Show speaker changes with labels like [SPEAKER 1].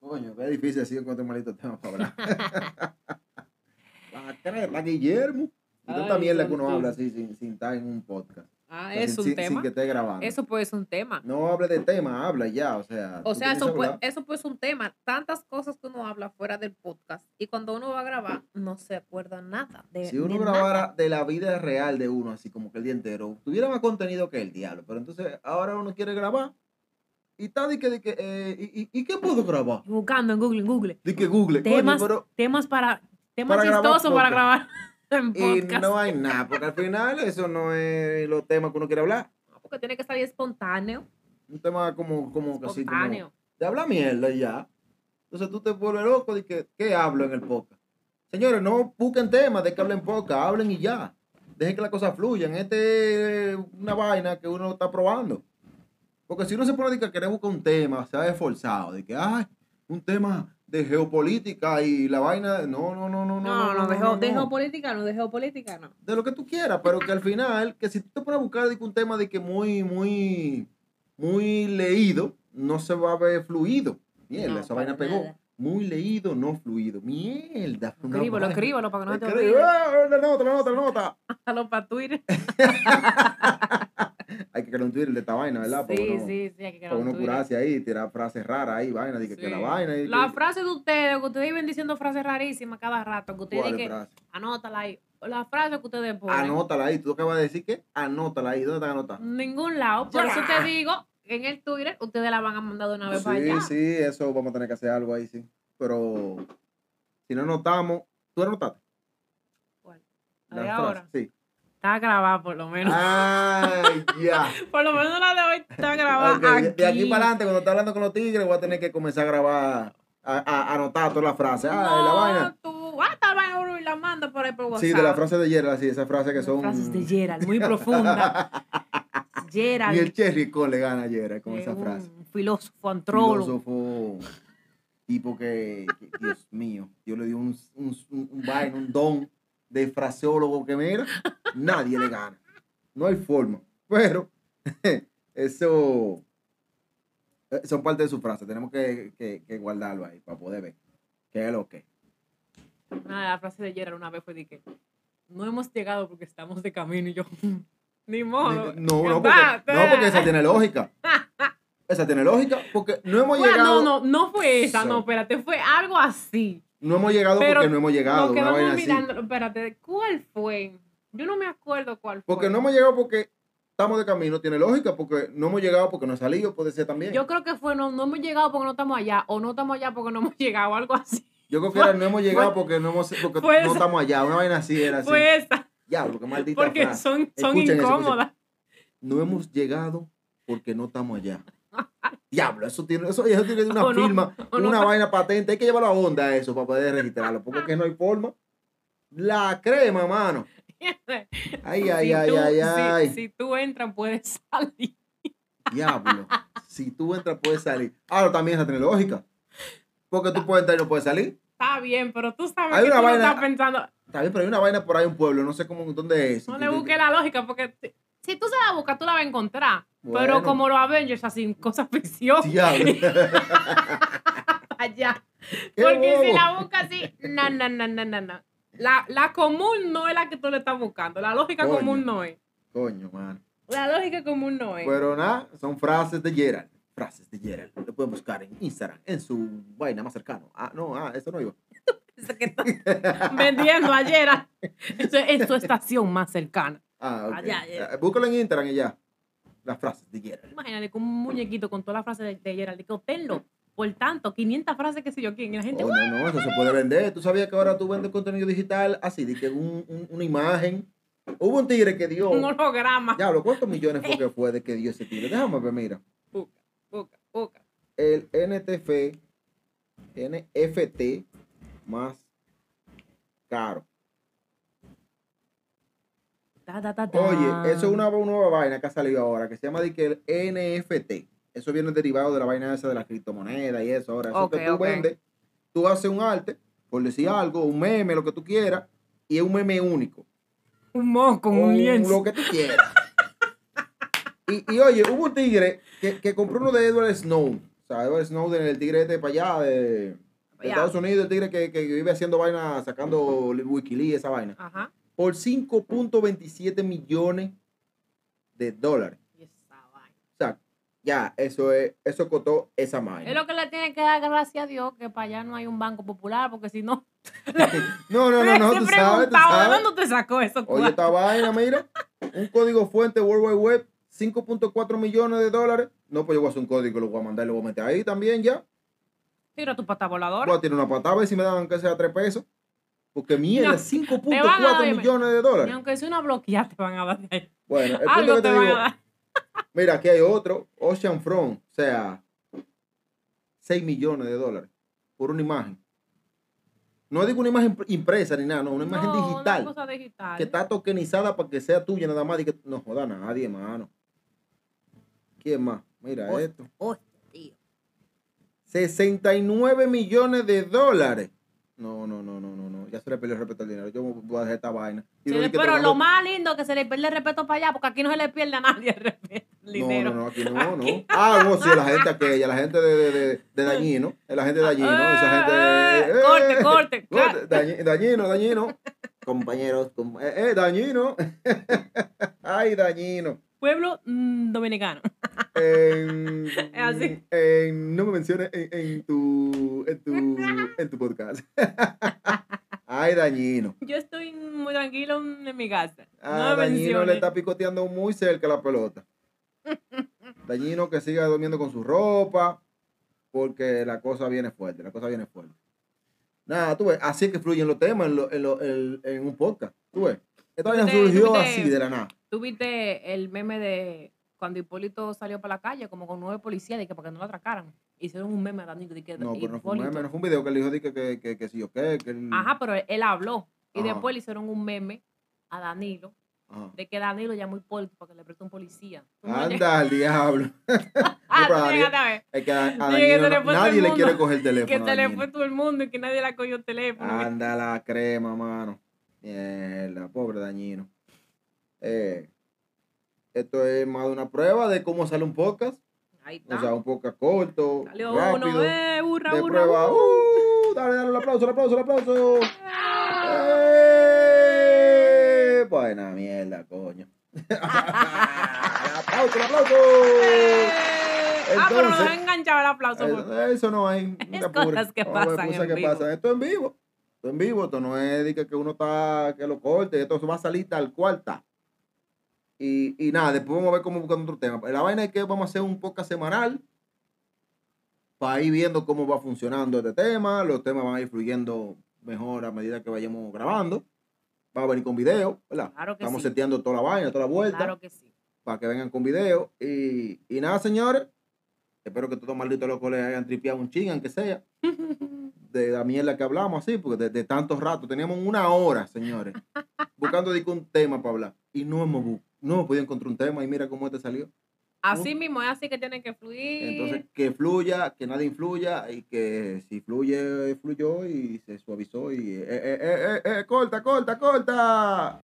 [SPEAKER 1] Coño, qué difícil decir cuántos malditos temas para hablar. la, cara de- la Guillermo. Y tanta
[SPEAKER 2] Ay,
[SPEAKER 1] mierda que uno
[SPEAKER 2] santo.
[SPEAKER 1] habla así sin, sin estar en un podcast.
[SPEAKER 2] Ah,
[SPEAKER 1] O sea,
[SPEAKER 2] es
[SPEAKER 1] sin,
[SPEAKER 2] un
[SPEAKER 1] sin-
[SPEAKER 2] tema.
[SPEAKER 1] Sin que esté grabando.
[SPEAKER 2] Eso puede ser un tema.
[SPEAKER 1] No hable de tema, habla ya, o sea.
[SPEAKER 2] O
[SPEAKER 1] tú
[SPEAKER 2] sea,
[SPEAKER 1] quieres
[SPEAKER 2] eso puede,
[SPEAKER 1] hablar.
[SPEAKER 2] eso puede ser un tema. Tantas cosas que uno habla fuera del podcast. Y cuando uno va a grabar, no se acuerda nada. De,
[SPEAKER 1] Si uno
[SPEAKER 2] eh, de
[SPEAKER 1] grabara
[SPEAKER 2] nada.
[SPEAKER 1] de la vida real de uno, así como que el día entero, tuviera más contenido que el diablo. Pero entonces ahora uno quiere grabar y está de que, de que eh, y, y- ¿y qué puedo grabar?
[SPEAKER 2] Buscando en Google, en Google.
[SPEAKER 1] De que Google, coño,
[SPEAKER 2] Temas
[SPEAKER 1] pero-
[SPEAKER 2] Temas para. Temas
[SPEAKER 1] Para grabar
[SPEAKER 2] chistosos para
[SPEAKER 1] podcast.
[SPEAKER 2] grabar en
[SPEAKER 1] y
[SPEAKER 2] podcast.
[SPEAKER 1] no hay nada, porque al final eso no es los temas que uno quiere hablar.
[SPEAKER 2] Porque tiene que salir espontáneo.
[SPEAKER 1] Un tema como, como casi como,
[SPEAKER 2] espontáneo.
[SPEAKER 1] te habla mierda y ya. Entonces tú te vuelves loco de que, ¿qué hablo en el podcast? Señores, no busquen temas de que hablen podcast, hablen y ya. Dejen que las cosas fluyan. Este es una vaina que uno está probando. Porque si uno se pone de que quiere buscar un tema, se ha esforzado, de que, ay, un tema de geopolítica y la vaina, no, no, no, no, no.
[SPEAKER 2] No, no, de
[SPEAKER 1] no,
[SPEAKER 2] geo- de geopolítica no, de geopolítica no.
[SPEAKER 1] de lo que tú quieras, pero que al final, que si tú te pones a buscar de que un tema de que muy, muy, muy leído, no se va a ver fluido. Mierda,
[SPEAKER 2] No,
[SPEAKER 1] esa vaina
[SPEAKER 2] para
[SPEAKER 1] pegó.
[SPEAKER 2] nada.
[SPEAKER 1] Muy leído, no fluido. Mierda. fue una
[SPEAKER 2] Escríbolo,
[SPEAKER 1] vaina.
[SPEAKER 2] escríbolo para que no te
[SPEAKER 1] Escribe-
[SPEAKER 2] olvides.
[SPEAKER 1] ¡Ah! La nota, la nota, la nota.
[SPEAKER 2] Hágalo para Twitter.
[SPEAKER 1] Hay que crear un Twitter de esta vaina, ¿verdad? Para
[SPEAKER 2] Sí,
[SPEAKER 1] uno-
[SPEAKER 2] sí, sí, hay
[SPEAKER 1] para
[SPEAKER 2] que grabar un
[SPEAKER 1] uno
[SPEAKER 2] Twitter.
[SPEAKER 1] curarse ahí, tirar frases raras ahí, vaina, de que, que la
[SPEAKER 2] Sí.
[SPEAKER 1] vaina. y
[SPEAKER 2] La
[SPEAKER 1] que-
[SPEAKER 2] frase de ustedes, que ustedes iban diciendo frases rarísimas cada rato, que ustedes
[SPEAKER 1] ¿Cuál
[SPEAKER 2] dicen,
[SPEAKER 1] frase?
[SPEAKER 2] anótala ahí. La frase que ustedes ponen.
[SPEAKER 1] Anótala ahí. ¿Tú acabas de decir que Anótala ahí. ¿Dónde está anotada?
[SPEAKER 2] Ningún lado. Por
[SPEAKER 1] Ya.
[SPEAKER 2] eso te digo, en el Twitter, ustedes la van a mandar de una vez para
[SPEAKER 1] Sí,
[SPEAKER 2] allá.
[SPEAKER 1] sí, eso vamos a tener que hacer algo ahí, sí. Pero si no notamos, ¿tú anotaste?
[SPEAKER 2] ¿Cuál?
[SPEAKER 1] La
[SPEAKER 2] La de
[SPEAKER 1] frase,
[SPEAKER 2] ahora.
[SPEAKER 1] Sí.
[SPEAKER 2] Está grabada por lo menos.
[SPEAKER 1] Ay, ya.
[SPEAKER 2] Por lo menos la de hoy está grabada
[SPEAKER 1] Ok, de-
[SPEAKER 2] aquí.
[SPEAKER 1] De aquí para adelante, cuando esté hablando con los tigres, voy a tener que comenzar a grabar, a, a- a anotar todas las frases. Ay, la
[SPEAKER 2] No,
[SPEAKER 1] vaina.
[SPEAKER 2] tú, ah, esta vaina, bro, y la manda por ahí por WhatsApp.
[SPEAKER 1] Sí, de las frases de Gerald, sí, esas frases que
[SPEAKER 2] Las
[SPEAKER 1] son.
[SPEAKER 2] frases de Gerald, muy profunda. Gerald.
[SPEAKER 1] Y el Cherry Cole le gana a Gerald con
[SPEAKER 2] eh,
[SPEAKER 1] esa
[SPEAKER 2] un
[SPEAKER 1] frase.
[SPEAKER 2] filósofo, antrólogo.
[SPEAKER 1] Filósofo, tipo que, que- Dios mío, Dios le dio un, un, un, un vaina, un don de fraseólogo que mira, nadie le gana. No hay forma. Pero eso eh, son parte de su frase. Tenemos que, que- que guardarlo ahí para poder ver qué es lo que.
[SPEAKER 2] Nada, la frase de Gerard una vez fue de que no hemos llegado porque estamos de camino y yo, ni modo.
[SPEAKER 1] No,
[SPEAKER 2] ya
[SPEAKER 1] no, porque,
[SPEAKER 2] va,
[SPEAKER 1] no, porque esa
[SPEAKER 2] espera.
[SPEAKER 1] tiene lógica. Esa tiene lógica porque no hemos
[SPEAKER 2] Bueno,
[SPEAKER 1] llegado. No,
[SPEAKER 2] no, no, no fue esa,
[SPEAKER 1] So-
[SPEAKER 2] no, espérate, fue algo así.
[SPEAKER 1] hemos llegado
[SPEAKER 2] Pero
[SPEAKER 1] porque no hemos llegado.
[SPEAKER 2] Nos
[SPEAKER 1] una vaina
[SPEAKER 2] quedamos
[SPEAKER 1] así.
[SPEAKER 2] mirando, espérate, ¿cuál fue? Yo no me acuerdo cuál fue.
[SPEAKER 1] Porque no hemos llegado porque estamos de camino, tiene lógica, porque no hemos llegado porque no he salido, puede ser también. Yo,
[SPEAKER 2] Yo creo que fue, no, no hemos llegado porque no estamos allá, o no estamos allá porque no hemos llegado, algo así.
[SPEAKER 1] creo que era no hemos llegado porque no hemos porque
[SPEAKER 2] fue
[SPEAKER 1] no
[SPEAKER 2] esa.
[SPEAKER 1] estamos allá, una vaina así era así.
[SPEAKER 2] Fue esa,
[SPEAKER 1] Diablo, qué maldita
[SPEAKER 2] porque
[SPEAKER 1] frase.
[SPEAKER 2] son, son
[SPEAKER 1] Escuchen eso,
[SPEAKER 2] incómodas.
[SPEAKER 1] No hemos llegado porque no estamos allá. Diablo, eso tiene, eso, eso tiene una
[SPEAKER 2] O no,
[SPEAKER 1] firma,
[SPEAKER 2] o no.
[SPEAKER 1] una vaina patente, hay que llevarlo a onda eso para poder registrarlo, porque es que no hay forma. La crema, mano. Ay, ay,
[SPEAKER 2] Si
[SPEAKER 1] ay,
[SPEAKER 2] tú-
[SPEAKER 1] ay,
[SPEAKER 2] si-
[SPEAKER 1] ay.
[SPEAKER 2] Si tú entras, puedes salir.
[SPEAKER 1] Diablo. Si tú entras, puedes salir. Ahora también esa tiene lógica. Porque tú puedes entrar y no puedes salir.
[SPEAKER 2] Está bien, pero tú sabes
[SPEAKER 1] Hay
[SPEAKER 2] que
[SPEAKER 1] una
[SPEAKER 2] tú no
[SPEAKER 1] vaina-
[SPEAKER 2] estás pensando.
[SPEAKER 1] Está bien, pero hay una vaina por ahí, un pueblo, no sé cómo, dónde es.
[SPEAKER 2] No le busques la lógica, porque te- si tú se la buscas, tú la vas a encontrar.
[SPEAKER 1] Bueno.
[SPEAKER 2] Pero como los Avengers, así, cosas ficción,
[SPEAKER 1] Diablo.
[SPEAKER 2] allá.
[SPEAKER 1] ¡Qué
[SPEAKER 2] Porque si
[SPEAKER 1] bobo!
[SPEAKER 2] la buscas así, no, no, no, no, no, no. La, la común no es la que tú le estás buscando. La lógica
[SPEAKER 1] Coño.
[SPEAKER 2] común no es.
[SPEAKER 1] Coño, mano.
[SPEAKER 2] La lógica común no es.
[SPEAKER 1] Pero nada, son frases de Gerald. Frases de Gerald. Lo pueden buscar en Instagram, en su vaina más cercano. Ah, no, ah, eso no iba.
[SPEAKER 2] Eso que están vendiendo ayer. a- Eso es en su estación más cercana.
[SPEAKER 1] Ah, ok.
[SPEAKER 2] Ah, ya, ya.
[SPEAKER 1] Ah, Búscalo en Instagram y ya. Las frases de Gerald.
[SPEAKER 2] Imagínate con un muñequito con toda la frase de, de Gerald, de que obténlo. Por tanto, 500 frases que sé yo quién. Y la gente,
[SPEAKER 1] Oh, no, no, eso se puede vender. Tú sabías que ahora tú vendes contenido digital así, de que un- un- una imagen. Hubo un tigre que dio.
[SPEAKER 2] un Eh. holograma.
[SPEAKER 1] Diablo, ¿cuántos millones fue que fue de que dio ese tigre? Déjame ver, mira.
[SPEAKER 2] Busca, busca.
[SPEAKER 1] El NTF, NFT más caro.
[SPEAKER 2] Ta, ta, ta, ta.
[SPEAKER 1] Oye, eso es
[SPEAKER 2] Ah.
[SPEAKER 1] una nueva vaina que ha salido ahora, que se llama de que el NFT. Eso viene derivado de la vaina esa de las criptomonedas y eso. Ahora, eso
[SPEAKER 2] Ok,
[SPEAKER 1] que tú
[SPEAKER 2] ok.
[SPEAKER 1] vendes, tú haces un arte, por decir algo, un meme, lo que tú quieras, y es un meme único.
[SPEAKER 2] Un moco, un
[SPEAKER 1] Lo
[SPEAKER 2] lienzo.
[SPEAKER 1] que tú quieras. y, y oye, hubo un tigre que, que compró uno de Edward Snow. sea, Edward Snowden, el tigre este para allá de, de
[SPEAKER 2] Ya.
[SPEAKER 1] Estados Unidos, el tigre que, que vive haciendo vaina, sacando Wikileaks, esa vaina,
[SPEAKER 2] Ajá.
[SPEAKER 1] por 5.27 millones de dólares.
[SPEAKER 2] Y esa vaina.
[SPEAKER 1] O sea, ya, eso es, eso costó esa
[SPEAKER 2] Es
[SPEAKER 1] vaina.
[SPEAKER 2] lo que le tiene que dar gracias a Dios que para allá no hay un banco popular, porque si no.
[SPEAKER 1] No, no, no, no, tú sabes, tú
[SPEAKER 2] preguntaba, ¿de
[SPEAKER 1] sabes.
[SPEAKER 2] dónde te sacó eso?
[SPEAKER 1] Oye, esta vaina, mira, un código fuente World Wide Web, 5.4 millones de dólares. No, pues yo voy a hacer un código, lo voy a mandar, lo voy a meter ahí también ya.
[SPEAKER 2] Tira tu pata voladora.
[SPEAKER 1] Voy a tirar una patada a ver si me dan que sea 3 pesos. Porque mierda,
[SPEAKER 2] No, te van a
[SPEAKER 1] 5.4
[SPEAKER 2] dar-
[SPEAKER 1] millones de
[SPEAKER 2] Y
[SPEAKER 1] dólares.
[SPEAKER 2] aunque sea una bloqueada, te van a dar de ahí.
[SPEAKER 1] Bueno, el punto
[SPEAKER 2] Algo
[SPEAKER 1] que
[SPEAKER 2] te
[SPEAKER 1] te
[SPEAKER 2] van
[SPEAKER 1] digo,
[SPEAKER 2] a dar.
[SPEAKER 1] mira, aquí hay otro, Ocean Front, o sea, 6 millones de dólares por una imagen. No digo una imagen impresa ni nada, no, una imagen
[SPEAKER 2] No, una
[SPEAKER 1] digital.
[SPEAKER 2] cosa digital.
[SPEAKER 1] que está tokenizada para que sea tuya nada más y que no joda a nadie, mano. ¿Quién más? Mira
[SPEAKER 2] Hostia.
[SPEAKER 1] esto.
[SPEAKER 2] tío.
[SPEAKER 1] 69 millones de dólares. No, no, no, no, no, no. Ya se le perdió el respeto al dinero. Yo voy a dejar esta vaina. Y
[SPEAKER 2] Sí,
[SPEAKER 1] no di que
[SPEAKER 2] pero
[SPEAKER 1] tratando-
[SPEAKER 2] lo más lindo es que se le pierde el respeto para allá, porque aquí no se le pierde a nadie el respeto. El
[SPEAKER 1] No,
[SPEAKER 2] dinero.
[SPEAKER 1] no, no, aquí no, no. Ah, no, sí, la gente aquella, la gente de, de, de, de Dañino. La gente de Dañino, esa gente.
[SPEAKER 2] Eh, eh, corte, corte, corte.
[SPEAKER 1] Dañi- dañino, dañino. Compañeros, com- eh, eh, dañino. Ay, dañino.
[SPEAKER 2] Pueblo mm, dominicano.
[SPEAKER 1] en,
[SPEAKER 2] Es así.
[SPEAKER 1] en- no me menciones en, en tu, en, tu, en tu podcast. Ay, Dañino.
[SPEAKER 2] Yo estoy muy tranquilo en mi casa.
[SPEAKER 1] Ah,
[SPEAKER 2] no me
[SPEAKER 1] Dañino le
[SPEAKER 2] menciones.
[SPEAKER 1] está picoteando muy cerca la pelota. Dañino que siga durmiendo con su ropa, porque la cosa viene fuerte, la cosa viene fuerte. Nada, tú ves, así es que fluyen los temas en, lo- en lo- en- en un podcast, tú ves. Esta vaina
[SPEAKER 2] Tuviste-
[SPEAKER 1] surgió
[SPEAKER 2] tuviste-
[SPEAKER 1] así de la nada.
[SPEAKER 2] ¿Tú viste el meme de cuando Hipólito salió para la calle, como con nueve policías, de que para que no lo atracaran? Hicieron un meme a Danilo de que
[SPEAKER 1] No, pero no fue, un
[SPEAKER 2] Hipólito-
[SPEAKER 1] meme, no fue un video que él dijo de que, que, que, que sí o qué. que él-
[SPEAKER 2] Ajá, pero él, él habló. Y
[SPEAKER 1] Ajá.
[SPEAKER 2] después le hicieron un meme a Danilo
[SPEAKER 1] Ajá.
[SPEAKER 2] de que Danilo llamó a Hipólito para que le prestó un policía. ¿Tú no lo llegas-
[SPEAKER 1] Anda al diablo.
[SPEAKER 2] Ah, tú
[SPEAKER 1] pero Dani-
[SPEAKER 2] llegaste a ver.
[SPEAKER 1] Es que a, a
[SPEAKER 2] Dije que
[SPEAKER 1] Dañino no-
[SPEAKER 2] se le fue todo el
[SPEAKER 1] nadie le
[SPEAKER 2] mundo.
[SPEAKER 1] quiere coger el teléfono. Ah,
[SPEAKER 2] Que se
[SPEAKER 1] a
[SPEAKER 2] le
[SPEAKER 1] Dañino.
[SPEAKER 2] fue todo el mundo y que nadie la cogió el teléfono.
[SPEAKER 1] Anda la crema, mano. Mierda, pobre Dañino. Eh, esto es más de una prueba de cómo sale un podcast.
[SPEAKER 2] Ahí
[SPEAKER 1] O
[SPEAKER 2] está.
[SPEAKER 1] sea, un podcast corto,
[SPEAKER 2] Salió
[SPEAKER 1] rápido,
[SPEAKER 2] Ah. uno, eh, burra,
[SPEAKER 1] de
[SPEAKER 2] burra.
[SPEAKER 1] prueba.
[SPEAKER 2] burra.
[SPEAKER 1] Uh, dale, dale, el aplauso, el aplauso, el aplauso. Eh, buena mierda, coño. el aplauso, el aplauso.
[SPEAKER 2] ah, pero nos
[SPEAKER 1] Entonces-
[SPEAKER 2] han enganchado el aplauso. pues.
[SPEAKER 1] Eh, Eso no hay. no te
[SPEAKER 2] Es
[SPEAKER 1] apures.
[SPEAKER 2] cosas que
[SPEAKER 1] No,
[SPEAKER 2] pasan
[SPEAKER 1] cosas
[SPEAKER 2] en
[SPEAKER 1] que
[SPEAKER 2] vivo.
[SPEAKER 1] pasan. Esto es en vivo. Esto en vivo. Esto no es de que, que uno está, que lo corte. Esto va a salir tal cual está. Y, y nada, después vamos a ver cómo buscar otro tema. La vaina es que vamos a hacer un podcast semanal para ir viendo cómo va funcionando este tema. Los temas van a ir fluyendo mejor a medida que vayamos grabando. Va a venir con video, ¿verdad?
[SPEAKER 2] Claro que
[SPEAKER 1] Estamos
[SPEAKER 2] Pues sí.
[SPEAKER 1] seteando toda la vaina, toda la vuelta
[SPEAKER 2] Claro que sí.
[SPEAKER 1] para que vengan con video. Y, y nada, señores. Espero que todos malditos locos les hayan tripeado un ching, aunque sea, de la mierda que hablamos así, porque desde tantos ratos teníamos una hora, señores, buscando de que un tema para hablar. Y no hemos, bu- no hemos podido encontrar un tema y mira cómo este salió.
[SPEAKER 2] Así mismo es así que tienen que fluir.
[SPEAKER 1] Entonces, que fluya, que nadie influya y que si fluye, fluyó y se suavizó y... eh, eh, eh, eh, eh, corta, corta, corta!